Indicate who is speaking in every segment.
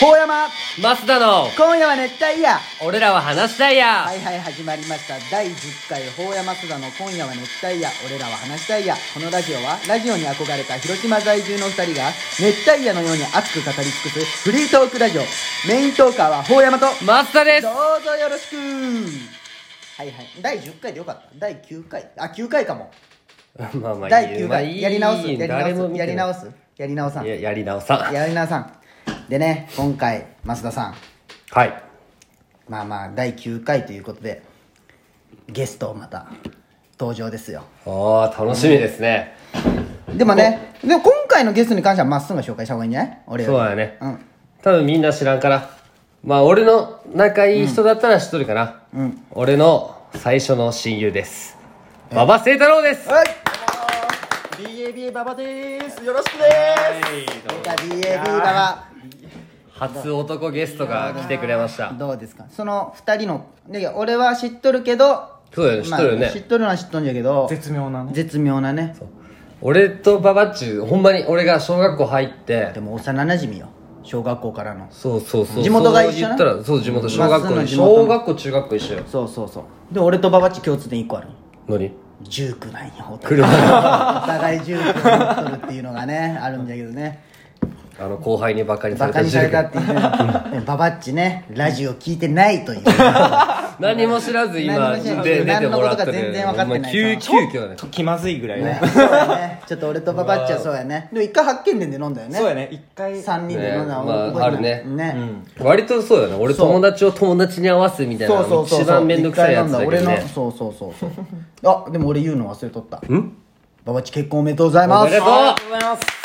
Speaker 1: ほうやま
Speaker 2: マスダの
Speaker 1: 今夜は熱帯夜
Speaker 2: 俺らは話したいや、
Speaker 1: はいはい始まりました第10回ほうやますだの今夜は熱帯夜俺らは話したいやこのラジオはラジオに憧れた広島在住の2人が熱帯夜のように熱く語り尽くすフリートークラジオメイントーカーはほうやまとどう
Speaker 2: マスダです
Speaker 1: ぞよろしくはいはい第10回でよかった第9回あ9回かも
Speaker 2: まあまあ
Speaker 1: 第
Speaker 2: いい
Speaker 1: 9
Speaker 2: まあ
Speaker 1: 回
Speaker 2: いい
Speaker 1: やり直すやり
Speaker 2: 誰も
Speaker 1: 直す
Speaker 2: 見て
Speaker 1: やり直すやり直さ
Speaker 2: な
Speaker 1: ん
Speaker 2: いいややり直さ
Speaker 1: やり直さんでね今回増田さん
Speaker 2: はい
Speaker 1: まあまあ第9回ということでゲストまた登場ですよ
Speaker 2: おー楽しみですね、
Speaker 1: でもねでも今回のゲストに関してはまっすぐ紹介した方がいいんじゃない俺よ
Speaker 2: そう
Speaker 1: り
Speaker 2: だね、
Speaker 1: うん
Speaker 2: 多分みんな知らんからまあ俺の仲いい人だったら知っとるかな、俺の最初の親友です馬場清太郎です
Speaker 1: はい
Speaker 3: BABA ババですよろしくで
Speaker 1: 出た DAB 側
Speaker 2: 初男ゲストが来てくれました
Speaker 1: どうですかその2人ので俺は知っとるけど
Speaker 2: そうだよね知っとるよ
Speaker 1: ま
Speaker 2: ね
Speaker 1: あ知っとるのは知っとんじゃけど
Speaker 3: す絶妙なね
Speaker 1: 絶妙なね
Speaker 2: 俺と馬場っちゅうほんまに俺が小学校入って
Speaker 1: でも幼馴染よ小学校からの
Speaker 2: そうそうそう
Speaker 1: 地元が一緒な
Speaker 2: そう言ったらそう地元小学
Speaker 1: ま
Speaker 2: 校
Speaker 1: っすぐの地元
Speaker 2: 小学校中学校一緒よ
Speaker 1: そうそうそうで俺と馬場っち共通点1個ある
Speaker 2: 何
Speaker 1: 19なんよお互い
Speaker 2: 車
Speaker 1: お互い19持っとるっていうのがねあるんだけどね
Speaker 2: あの後輩にバカに
Speaker 1: バ
Speaker 2: され
Speaker 1: カ
Speaker 2: た
Speaker 1: に
Speaker 2: ジ
Speaker 1: さ
Speaker 2: ル
Speaker 1: れたっ
Speaker 2: 君
Speaker 1: ていうねババッチねラジオ聞いてないという
Speaker 2: 何も知らず今
Speaker 1: 何も知らず
Speaker 2: で出てもら
Speaker 1: 何のこと
Speaker 2: った
Speaker 1: か全然分かってないから
Speaker 2: 急急遽だね
Speaker 3: と気まずいぐらい
Speaker 1: ね
Speaker 3: ね
Speaker 1: そうだねちょっと俺とババッチはそうやねでも一回発見伝で飲んだよね
Speaker 3: そうやね一回
Speaker 1: 3人で
Speaker 2: ね
Speaker 1: 飲んだ
Speaker 2: ま
Speaker 1: の
Speaker 2: ああ
Speaker 1: 覚え
Speaker 2: る
Speaker 1: てない
Speaker 2: ねうん割とそうだね俺友達を友達に合わすみたいな
Speaker 1: そうそうそうそう
Speaker 2: 一番面倒くさいやつだけ
Speaker 1: 一
Speaker 2: ど
Speaker 1: 回飲んだ俺の
Speaker 2: ね
Speaker 1: そうそうそうそうあでも俺言うの忘れとった
Speaker 2: ん
Speaker 1: ババッチ結婚おめでとうございます
Speaker 2: おめでとう
Speaker 1: あ
Speaker 3: ありがとうございます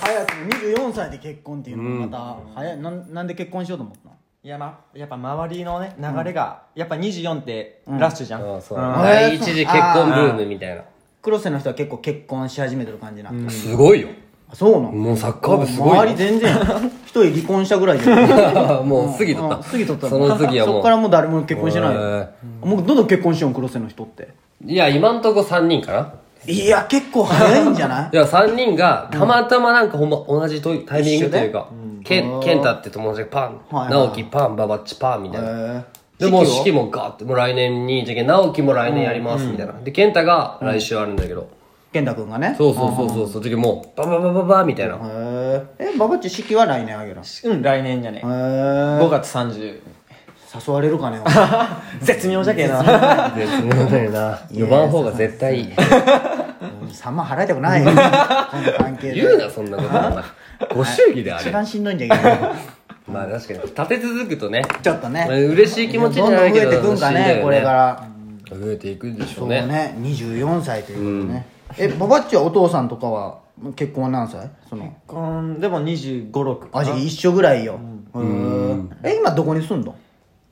Speaker 1: 早く24歳で結婚っていうのもまた早いなんなんで結婚しようと思ったの
Speaker 3: いやまやっぱ周りのね流れが、やっぱ24ってラッシュじゃん、
Speaker 2: そうそう
Speaker 3: うん
Speaker 1: ん
Speaker 2: 第一次結婚ブームみたいな
Speaker 1: 黒瀬の人は結構結婚し始めてる感じな、
Speaker 2: すごいよ
Speaker 1: あそうなの
Speaker 2: もうサッカー部すごいよ
Speaker 1: 周り全然一人離婚したぐら いじゃん
Speaker 2: もう過ぎとった
Speaker 1: うん過ぎとった
Speaker 2: その次は
Speaker 1: そ
Speaker 2: も
Speaker 1: っから
Speaker 2: う
Speaker 1: もう誰も結婚してない
Speaker 2: へ
Speaker 1: よ
Speaker 2: ー
Speaker 1: もうどんどん結婚しよう黒瀬の人って
Speaker 2: いや今んとこ3人かない
Speaker 1: や結構早いんじゃ ない
Speaker 2: いや3人がたまたまなんかほんま同じといタイミングというか、ケンケンタって友達がパン、
Speaker 1: はいはい
Speaker 2: 直樹パンババッチパンみたいな、
Speaker 1: え
Speaker 2: でもう式もガーってもう来年にじゃけん直樹も来年やりますみたいな、でケンタが来週あるんだけど、
Speaker 1: 健太君がね
Speaker 2: そうそうそうそうそうじゃけんもうバババババみたいな、
Speaker 1: へーえババッチ式は来年あげるへ
Speaker 3: うん来年じゃね、
Speaker 1: え
Speaker 3: 5月30
Speaker 1: 誘われるかねお前
Speaker 3: 絶妙じゃけえな
Speaker 2: 絶妙だよな 呼ばん方が絶対いい
Speaker 1: うん3万払いたく ないよこの関係で
Speaker 2: 言うなそんなことお前 ご祝儀であ
Speaker 1: 一
Speaker 2: れ
Speaker 1: 番しんどいんじゃけど
Speaker 2: まあ確かに立て続くとね
Speaker 1: ちょっと
Speaker 2: まあ
Speaker 1: ね
Speaker 2: 嬉しい気持ちじ
Speaker 1: ど
Speaker 2: ゃ
Speaker 1: んど
Speaker 2: なんい
Speaker 1: 増
Speaker 2: け
Speaker 1: え
Speaker 2: ど
Speaker 1: ていくんか
Speaker 2: しんどいよ
Speaker 1: ねこれから
Speaker 2: 増えていくでしょ
Speaker 1: そうう
Speaker 2: ね
Speaker 1: ね24歳ということでねえババッチはお父さんとかは結婚は何歳その
Speaker 3: うんでも2 5 6
Speaker 1: あじゃあ一緒ぐらいよへええ今どこに住んどん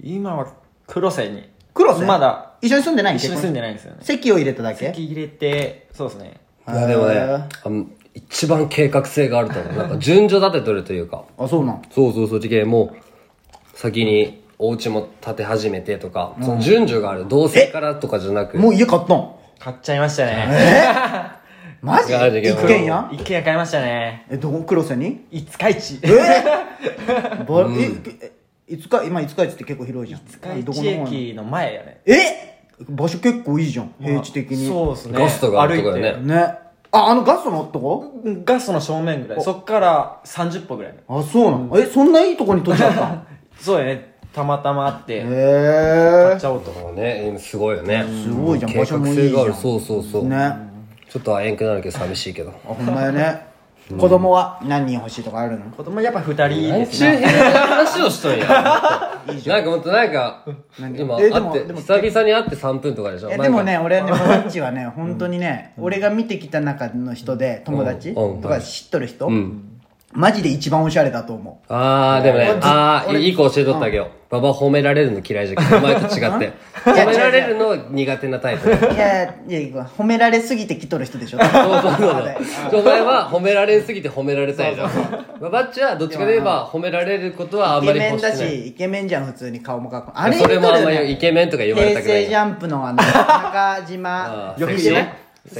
Speaker 3: 今は黒瀬に
Speaker 1: 黒瀬
Speaker 3: まだ
Speaker 1: 一緒に住んでない
Speaker 3: 一緒に住んで
Speaker 1: ない
Speaker 3: ないんですよね
Speaker 1: 籍を入れただけ
Speaker 3: 席入れてそうですね
Speaker 2: いやでもね
Speaker 1: へ
Speaker 2: あの一番計画性があると思うなんか順序立てとるというか
Speaker 1: あそうなん
Speaker 2: そうそうそう事件もう先にお家も建て始めてとか、その順序がある同棲からとかじゃなく
Speaker 1: もう家買ったん
Speaker 3: 買っちゃいましたね
Speaker 1: マジ
Speaker 2: いやいやいや
Speaker 1: 一軒家
Speaker 3: 一軒家買いましたね
Speaker 1: えどこ黒瀬に
Speaker 3: 五日市
Speaker 1: ばえええ五日今五日市って結構広いじゃん
Speaker 3: 五
Speaker 1: ど
Speaker 3: 日
Speaker 1: こ
Speaker 3: 市
Speaker 1: の方に
Speaker 3: 駅の前やね
Speaker 1: え場所結構いいじゃん平地的に
Speaker 3: そうですね
Speaker 2: ガストがあるとこだね
Speaker 3: 歩い
Speaker 1: ねああのガストのあったこ
Speaker 3: てガストの正面ぐらいそっから30歩ぐらい
Speaker 1: あそうなんえそんないいとこに土地あった ん
Speaker 3: そうやねたまたまあって
Speaker 1: へ
Speaker 3: 買
Speaker 1: え
Speaker 3: っちゃおうと
Speaker 2: もうねすごいよね
Speaker 1: すごいじゃん
Speaker 2: 計
Speaker 1: 場所
Speaker 2: 画
Speaker 1: もいいじゃ
Speaker 2: 性
Speaker 1: ん
Speaker 2: があるそうそうそう、
Speaker 1: ねあ
Speaker 2: ちょっと会えんくなるけど寂しいけど
Speaker 1: ほんまやね子供は何人欲しいとかあるの
Speaker 3: 子供やっぱ2人です
Speaker 2: 周辺の話をしとんや なんかもっとなんか今会
Speaker 1: え
Speaker 2: っ
Speaker 1: でも
Speaker 2: て
Speaker 1: でも
Speaker 2: 久々に会って3分とかでしょ
Speaker 1: いやでもね
Speaker 2: なんか
Speaker 1: 俺はねババッチはね本当にね、俺が見てきた中の人で友達、
Speaker 2: うんうん
Speaker 1: とか知っとる人、マジで一番おしゃれだと思う
Speaker 2: あーでも
Speaker 1: 俺
Speaker 2: ね
Speaker 1: ず
Speaker 2: あー
Speaker 1: 俺
Speaker 2: いい子教えとってあげよう馬場褒められるの嫌いじゃんお 前と違って褒められるの苦手なタイプ
Speaker 1: いやいやいや褒められすぎてきとる人でしょ
Speaker 2: そうそうそう。お前は褒められすぎて褒められたいじゃん。まあバッチはどっちかで言えば褒められることはあ
Speaker 1: イ
Speaker 2: ん
Speaker 1: ケ
Speaker 2: まり
Speaker 1: メ
Speaker 2: 欲
Speaker 1: ン
Speaker 2: しくな
Speaker 1: だ
Speaker 2: い。
Speaker 1: しイケメンじゃん普通に顔もかっこいいあれ
Speaker 2: それもあ
Speaker 1: 見
Speaker 2: んま
Speaker 1: とる
Speaker 2: り
Speaker 1: ね
Speaker 2: イケメンとか言われ
Speaker 1: 平
Speaker 2: たくな
Speaker 1: 成
Speaker 2: い
Speaker 1: ジ。ャンプのあの中島
Speaker 2: あーセクシー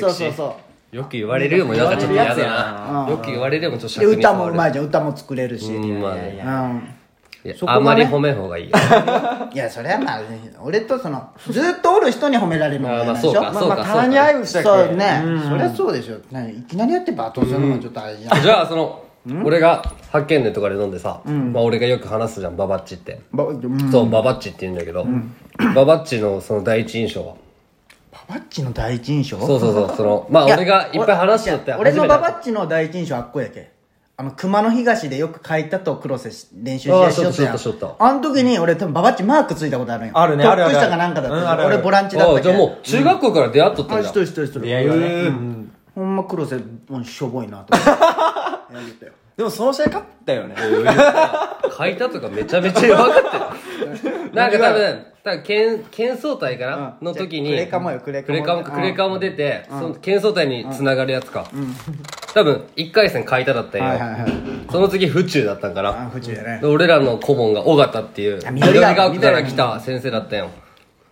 Speaker 1: そうそうそう
Speaker 2: よく言われるよもなんかちょっと嫌だ
Speaker 1: う
Speaker 2: なんよく言われるよもちょっと
Speaker 1: で
Speaker 2: 尺に
Speaker 1: 歌
Speaker 2: 触
Speaker 1: も
Speaker 2: る
Speaker 1: うまいじゃん歌も作れるし、
Speaker 2: う
Speaker 1: うんん
Speaker 2: まあ
Speaker 3: い
Speaker 2: ね
Speaker 3: や
Speaker 2: いや
Speaker 1: そこが
Speaker 2: あ
Speaker 1: ね
Speaker 2: んまり褒めん方がい いよ
Speaker 1: いやそれはまあ俺とそのずっとおる人に褒められるのも嫌なんでしょ
Speaker 2: あまあそうか
Speaker 3: まあ、まあ、たまに会う人だけ
Speaker 1: そうね、そりゃそうでしょねいきなりやって罵倒するのもちょっとあれじゃん、
Speaker 2: じゃあその俺が発見でとかで飲んでさ、まあ、俺がよく話すじゃんババッチって、
Speaker 1: ばうん
Speaker 2: そうババッチって言うんだけど、ババッチのその第一印象は
Speaker 1: ババッチの第一印象
Speaker 2: そうそうそうそのまあ
Speaker 1: いや
Speaker 2: 俺がいっぱい話しとって
Speaker 1: 俺のババ
Speaker 2: チ
Speaker 1: ッチの第一印象あっこやけあの熊野東でよく書いたと黒瀬し練習試
Speaker 2: あ
Speaker 1: 合
Speaker 2: あ
Speaker 1: しよったやん
Speaker 2: しとったしとっ
Speaker 1: あの時に俺多分ババッチマークついたことあるんよ
Speaker 3: あるね
Speaker 1: トップ
Speaker 3: あるある
Speaker 1: 下かなんかだった
Speaker 3: うん
Speaker 1: よ
Speaker 3: あるある
Speaker 1: 俺ボランチだっ
Speaker 2: あ
Speaker 1: た
Speaker 2: あ
Speaker 1: け
Speaker 2: じゃあも
Speaker 1: ど
Speaker 2: う中学校から出会っとった
Speaker 1: あ
Speaker 2: ん
Speaker 1: 一
Speaker 2: だ、
Speaker 1: 人一人一人
Speaker 3: いやいや、うん
Speaker 1: ほんま黒瀬もうしょぼいなと思って いや言ったよ
Speaker 3: でもその試合勝ったよね
Speaker 2: 書いたとかめちゃめちゃ 弱かったよなんか多分多分県県総体かな、
Speaker 1: うん
Speaker 2: の時に
Speaker 1: じゃあクレカもよクレカも
Speaker 2: もクレカも出て、その県総体につながるやつか、多分1回戦書いただったんよ、
Speaker 1: はいはいはい
Speaker 2: その次府中だったんか
Speaker 1: あ
Speaker 2: な
Speaker 1: 不自由やね
Speaker 2: で俺らの顧問が尾形っていう
Speaker 1: 緑
Speaker 2: 緑
Speaker 1: だ
Speaker 2: 川区から来た先生だったんよ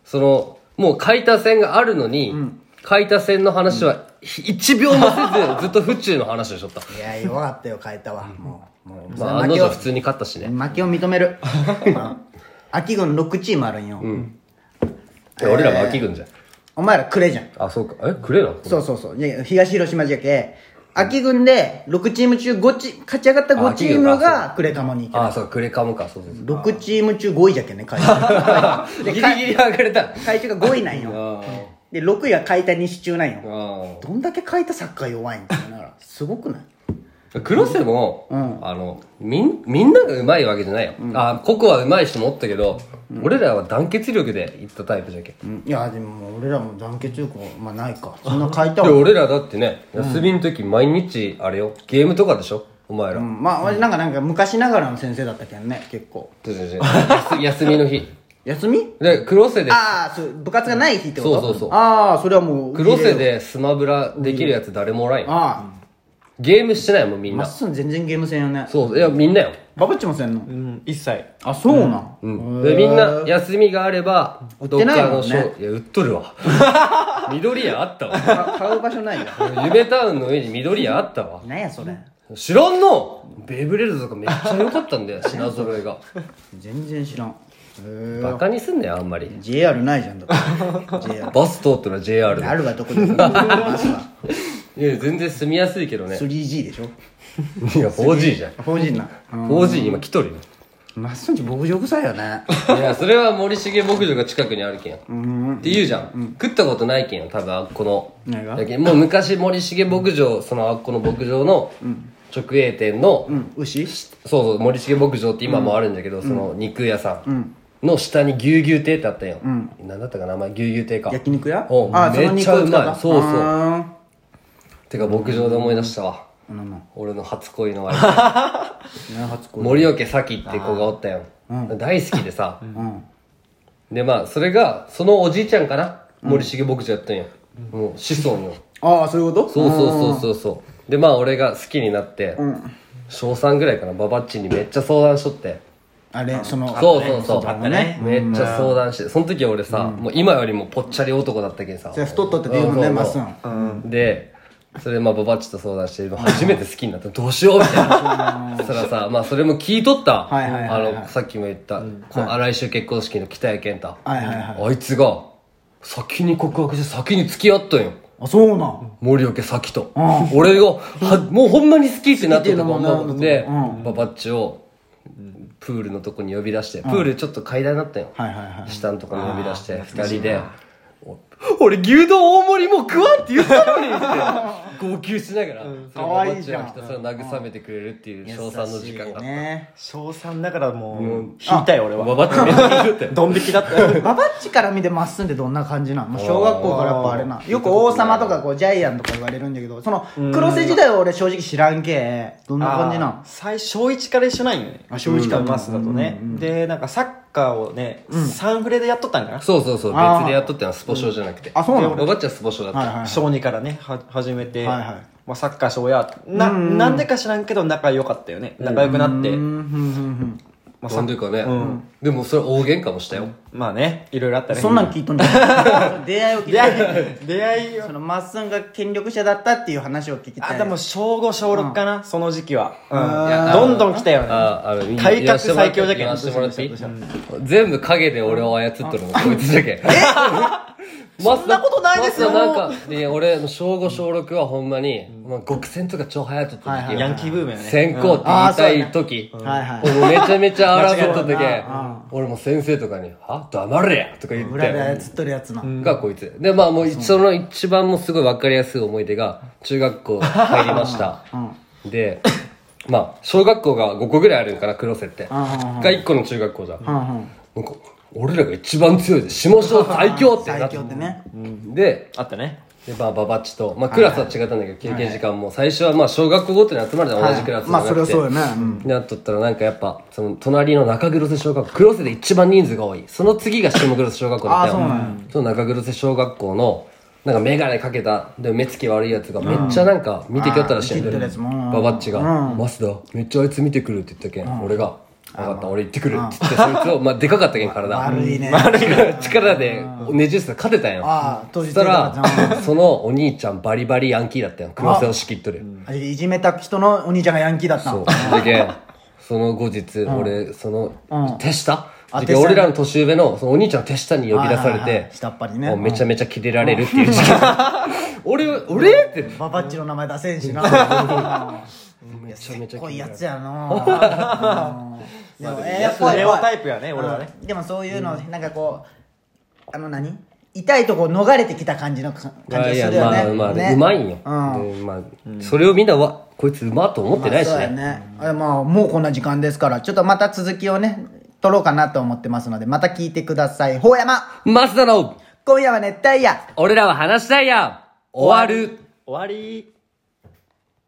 Speaker 2: そのもう開田戦があるのに、開田戦の話は1秒もせず ずっと府中の話をしとった
Speaker 1: いや弱かったよ変えたわもうもう
Speaker 2: まあ案
Speaker 1: 負
Speaker 2: の
Speaker 1: けを
Speaker 2: 定普通に勝ったしね、
Speaker 1: 負けを認め るまあ秋軍6チームあるんよ、
Speaker 2: いや俺らも秋軍じゃん、
Speaker 1: お前らくれじゃん
Speaker 2: あそうかえくれなの
Speaker 1: そうそうそう。いや東広島じゃけ、秋軍で6チーム中5チ、勝ち上がった5チーム
Speaker 2: あ
Speaker 1: がクレカモに行け
Speaker 2: あ
Speaker 1: た。
Speaker 2: あそうかクレカムかそうそうそう
Speaker 1: 6チーム中5位じゃけん ね、会社。
Speaker 2: ギリギリ上がれた
Speaker 1: 会社が5位なんよ。
Speaker 2: あ
Speaker 1: で、6位は買いた西中なん
Speaker 2: ー
Speaker 1: よ。
Speaker 2: あ
Speaker 1: どんだけ買いたサッカー弱いんだよな。すごくない
Speaker 2: ー黒瀬も、あのみんみんながうまいわけじゃないよ、あ個々はうまい人もおったけど、俺らは団結力でいったタイプじゃけん
Speaker 1: いや、でも俺らも団結力、まあないか。そんな買いた
Speaker 2: で
Speaker 1: は。
Speaker 2: 俺らだってね休みの時毎日あれよゲームとかでしょお前ら、
Speaker 1: うんまあ、俺なんか、なんか昔ながらの先生だったけんね、結構。
Speaker 2: ちょちょちょ休休みの 日
Speaker 1: 休み
Speaker 2: で黒瀬で
Speaker 1: ああ、そう、部活がない日ってこと
Speaker 2: そうそうそう
Speaker 1: ああ、それはもう。
Speaker 2: 黒瀬。でスマブラできるやつ誰もおらんよ
Speaker 1: ああ。
Speaker 2: ゲームしてないもんみん
Speaker 1: ま
Speaker 2: な
Speaker 1: っすん全然ゲームせんよね
Speaker 2: そういやみんなよ
Speaker 1: バブッチもせんの
Speaker 3: うん一切
Speaker 1: あそうなん、
Speaker 2: うん、でみんな休みがあれば
Speaker 1: 売ってないもんね
Speaker 2: どっかの商いや売っとるわ 緑屋あったわ
Speaker 1: か買う場所ないよ
Speaker 2: 夢タウンの上に緑屋あったわ
Speaker 1: なんやそれ
Speaker 2: 知らんのベイブレードとかめっちゃ良かったんだよ品 揃えが
Speaker 1: 全然知らんへえ
Speaker 2: バカにすんなよあんまり
Speaker 1: JR ないじゃんだって JR
Speaker 2: バス通ったら JR で
Speaker 1: あるわどこ でもバスはい
Speaker 2: や全然住みやすいけどね
Speaker 1: 3G でしょ
Speaker 2: いや 4G じゃん
Speaker 1: 4G な、う
Speaker 2: 4G 今来とるよ
Speaker 1: ん、まっすんち牧場臭いよね
Speaker 2: いやそれは森重牧場が近くにあるけんって言うじゃん、食ったことないけんよ多分あっこの
Speaker 1: 何が
Speaker 2: だけんもう昔森重牧場そのあっこの牧場の直営店の、
Speaker 1: うん牛
Speaker 2: そうそう森重牧場って今もあるんだけど、その肉屋さんの下に牛牛亭ってあったんよ、何だったかな名前牛牛亭か
Speaker 1: 焼肉屋
Speaker 2: お
Speaker 1: あ
Speaker 2: めっちゃうま
Speaker 1: その肉を
Speaker 2: いそう
Speaker 1: 使った
Speaker 2: そう
Speaker 1: あ
Speaker 2: てか牧場で思い出したわ、
Speaker 1: ーなんなん
Speaker 2: 俺の初恋の相手
Speaker 1: ね初恋
Speaker 2: 森岡咲って子がおったよ、大好きでさ、
Speaker 1: うん
Speaker 2: でまあそれがそのおじいちゃんかな、森重牧場やったんよ、もう子孫よ
Speaker 1: ああそういうこと
Speaker 2: そうそうそうそうそうでまあ俺が好きになって、小3ぐらいかなババッチにめっちゃ相談しとって
Speaker 1: あれその
Speaker 2: そうそうそう
Speaker 1: あったね
Speaker 2: めっちゃ相談してその時俺さ、もう今よりもぽっちゃり男だったけんさ
Speaker 1: それ太ったって言うもんね
Speaker 2: うん
Speaker 1: ま
Speaker 2: そう
Speaker 1: っす
Speaker 2: そうんでそれでまあババッチと相談して初めて好きになったどうしようみたいなそしたらさまあそれも聞いとった
Speaker 1: はいはいはいはい
Speaker 2: あのさっきも言った、こう来週結婚式の北谷健太、
Speaker 1: はいはいはい
Speaker 2: あいつが先に告白して先に付き合ったんよ
Speaker 1: あそうなん
Speaker 2: 森岡咲と、俺がはもうほんまに好きってなってたもんなんで、
Speaker 1: うん
Speaker 2: ババッチをプールのとこに呼び出して、プールちょっと階段だったよ、
Speaker 1: はいはいはい
Speaker 2: 下のとこに呼び出して2人でお俺牛丼大盛りもう食わんって言ったのにって号泣しながら、それ
Speaker 1: かわいい
Speaker 2: ババッチ
Speaker 1: じゃん
Speaker 2: がひたすら慰めてくれるっていう称賛の時間があった、
Speaker 1: ね
Speaker 3: 小3だからもう、引いたよ俺
Speaker 2: バ
Speaker 3: は
Speaker 2: バッチめっちゃ言って
Speaker 3: ドン引きだ ったよ
Speaker 1: ババッチから見てまっすんってどんな感じなのもう小学校からやっぱあれなよく王様とかこうジャイアンとか言われるんだけどその黒瀬時代は俺正直知らんけどんな感じな
Speaker 3: あー
Speaker 1: の
Speaker 3: 最小1から一緒ないよね
Speaker 1: あ小一から
Speaker 3: うんマスだとね、でなんかサッカーをね、サンフレでやっとったんかな、
Speaker 2: そうそうそう
Speaker 1: あー
Speaker 2: 別でやっとったのはスポ少じゃなくて、
Speaker 1: あそうなの
Speaker 2: ババッチはスポ少だった、
Speaker 1: はいはい
Speaker 3: 小2からねは始めて、
Speaker 1: はいはい
Speaker 3: まあ、サッカー小やななんでか知らんけど仲良かったよね仲良くなって、
Speaker 1: うんうんうん
Speaker 3: まあ
Speaker 2: なんでかね、
Speaker 3: ん
Speaker 2: でもそれ大喧嘩もしたよ、
Speaker 3: まあねいろいろあったら
Speaker 1: そんなん聞いとんじゃな い出会いを聞い
Speaker 3: 出
Speaker 1: て
Speaker 3: 会い出会いを
Speaker 1: そのまっすんが権力者だったっていう話を聞きた
Speaker 3: あ
Speaker 1: い
Speaker 3: でも小5小6かな、その時期は、
Speaker 2: いや
Speaker 3: どんどん来たよね
Speaker 2: ああの
Speaker 3: 改革最強じゃけん
Speaker 2: やらせてもらっていい全部影で俺を操っとるのがこいつじゃけんそんなことないですよなんかいや俺の小5小6はほんまに、まあ、極戦とか超流行っとった時、
Speaker 3: ヤンキーブームよね
Speaker 2: 先行って言いたい時、
Speaker 1: はいはい
Speaker 2: 俺めちゃめちゃ争っとったけ俺も先生とかに「は黙れや!」とか言って
Speaker 1: 裏で操っとるやつの、
Speaker 2: がこいつでまあもうその一番もうすごい分かりやすい思い出が中学校入りました、でまあ小学校が5個ぐらいあるんかな黒瀬って、が1個の中学校じゃん、なんか俺らが一番強いで下小最強ってな
Speaker 1: 最
Speaker 2: って
Speaker 1: 強ってね
Speaker 2: で
Speaker 3: あったね
Speaker 2: でまあババッチと、まあ、クラスは違ったんだけど休憩時間も最初はまあ小学校ごとに集まるじゃん同じクラスじゃ
Speaker 1: ま
Speaker 2: な
Speaker 1: あそ
Speaker 2: くて
Speaker 1: れはそうよね、うん
Speaker 2: なっとったらなんかやっぱその隣の中黒瀬小学校黒瀬で一番人数が多いその次が下黒瀬小学校だったよ
Speaker 1: あーそうなん
Speaker 2: その中黒瀬小学校のなんか眼鏡かけたでも目つき悪いやつがめっちゃなんか見てきよったらしいん
Speaker 1: あー見てきよったや
Speaker 2: で
Speaker 1: つも
Speaker 2: ババッチが「マスダめっちゃあいつ見てくる」って言ったけん俺が「分かった俺行ってくる」って言ってそいつをまあでかかったけん 体
Speaker 1: 悪いね
Speaker 2: 力 力でねじ伏せたら勝てたんよ
Speaker 1: ああ当
Speaker 2: そ
Speaker 1: 時
Speaker 2: したら
Speaker 1: 強かった
Speaker 2: そのお兄ちゃんバリバリヤンキーだったよ黒瀬を仕切っとる
Speaker 1: あいじめた人のお兄ちゃんがヤンキーだった
Speaker 2: そ
Speaker 1: の
Speaker 2: う。でけん、その後日、俺、その、手下
Speaker 1: あ
Speaker 2: でけん
Speaker 1: 手下
Speaker 2: 俺らの年上の、そのお兄ちゃんの手下に呼び出され
Speaker 1: はいはいはい
Speaker 2: て、
Speaker 1: 下っ端にね
Speaker 2: もうめちゃめちゃキレられるっていう事件。 俺、俺って、
Speaker 1: ババッチの名前出せんしな
Speaker 2: めちゃめちゃ
Speaker 1: こ
Speaker 2: キ
Speaker 1: い
Speaker 2: レ
Speaker 1: や
Speaker 2: られる。
Speaker 1: つや なうんでもえー怖い
Speaker 3: レ
Speaker 1: 怖
Speaker 3: オ
Speaker 1: い
Speaker 3: タイプやね俺はね
Speaker 1: うんでもそういうの、なんかこうあの何痛いとこ逃れてきた感じのか感じがするよね
Speaker 2: まあまあ、
Speaker 1: ね
Speaker 2: うまいんよ。
Speaker 1: うん
Speaker 2: でまあ、それをみんなは、こいつうまと思ってないし
Speaker 1: まあそうや
Speaker 2: ね。
Speaker 1: ねあまあもうこんな時間ですからちょっとまた続きをね取ろうかなと思ってますのでまた聞いてくださいほうやま
Speaker 2: マスダの、
Speaker 1: 今夜は熱帯夜
Speaker 2: 俺らは話したいや終わる
Speaker 3: 終わり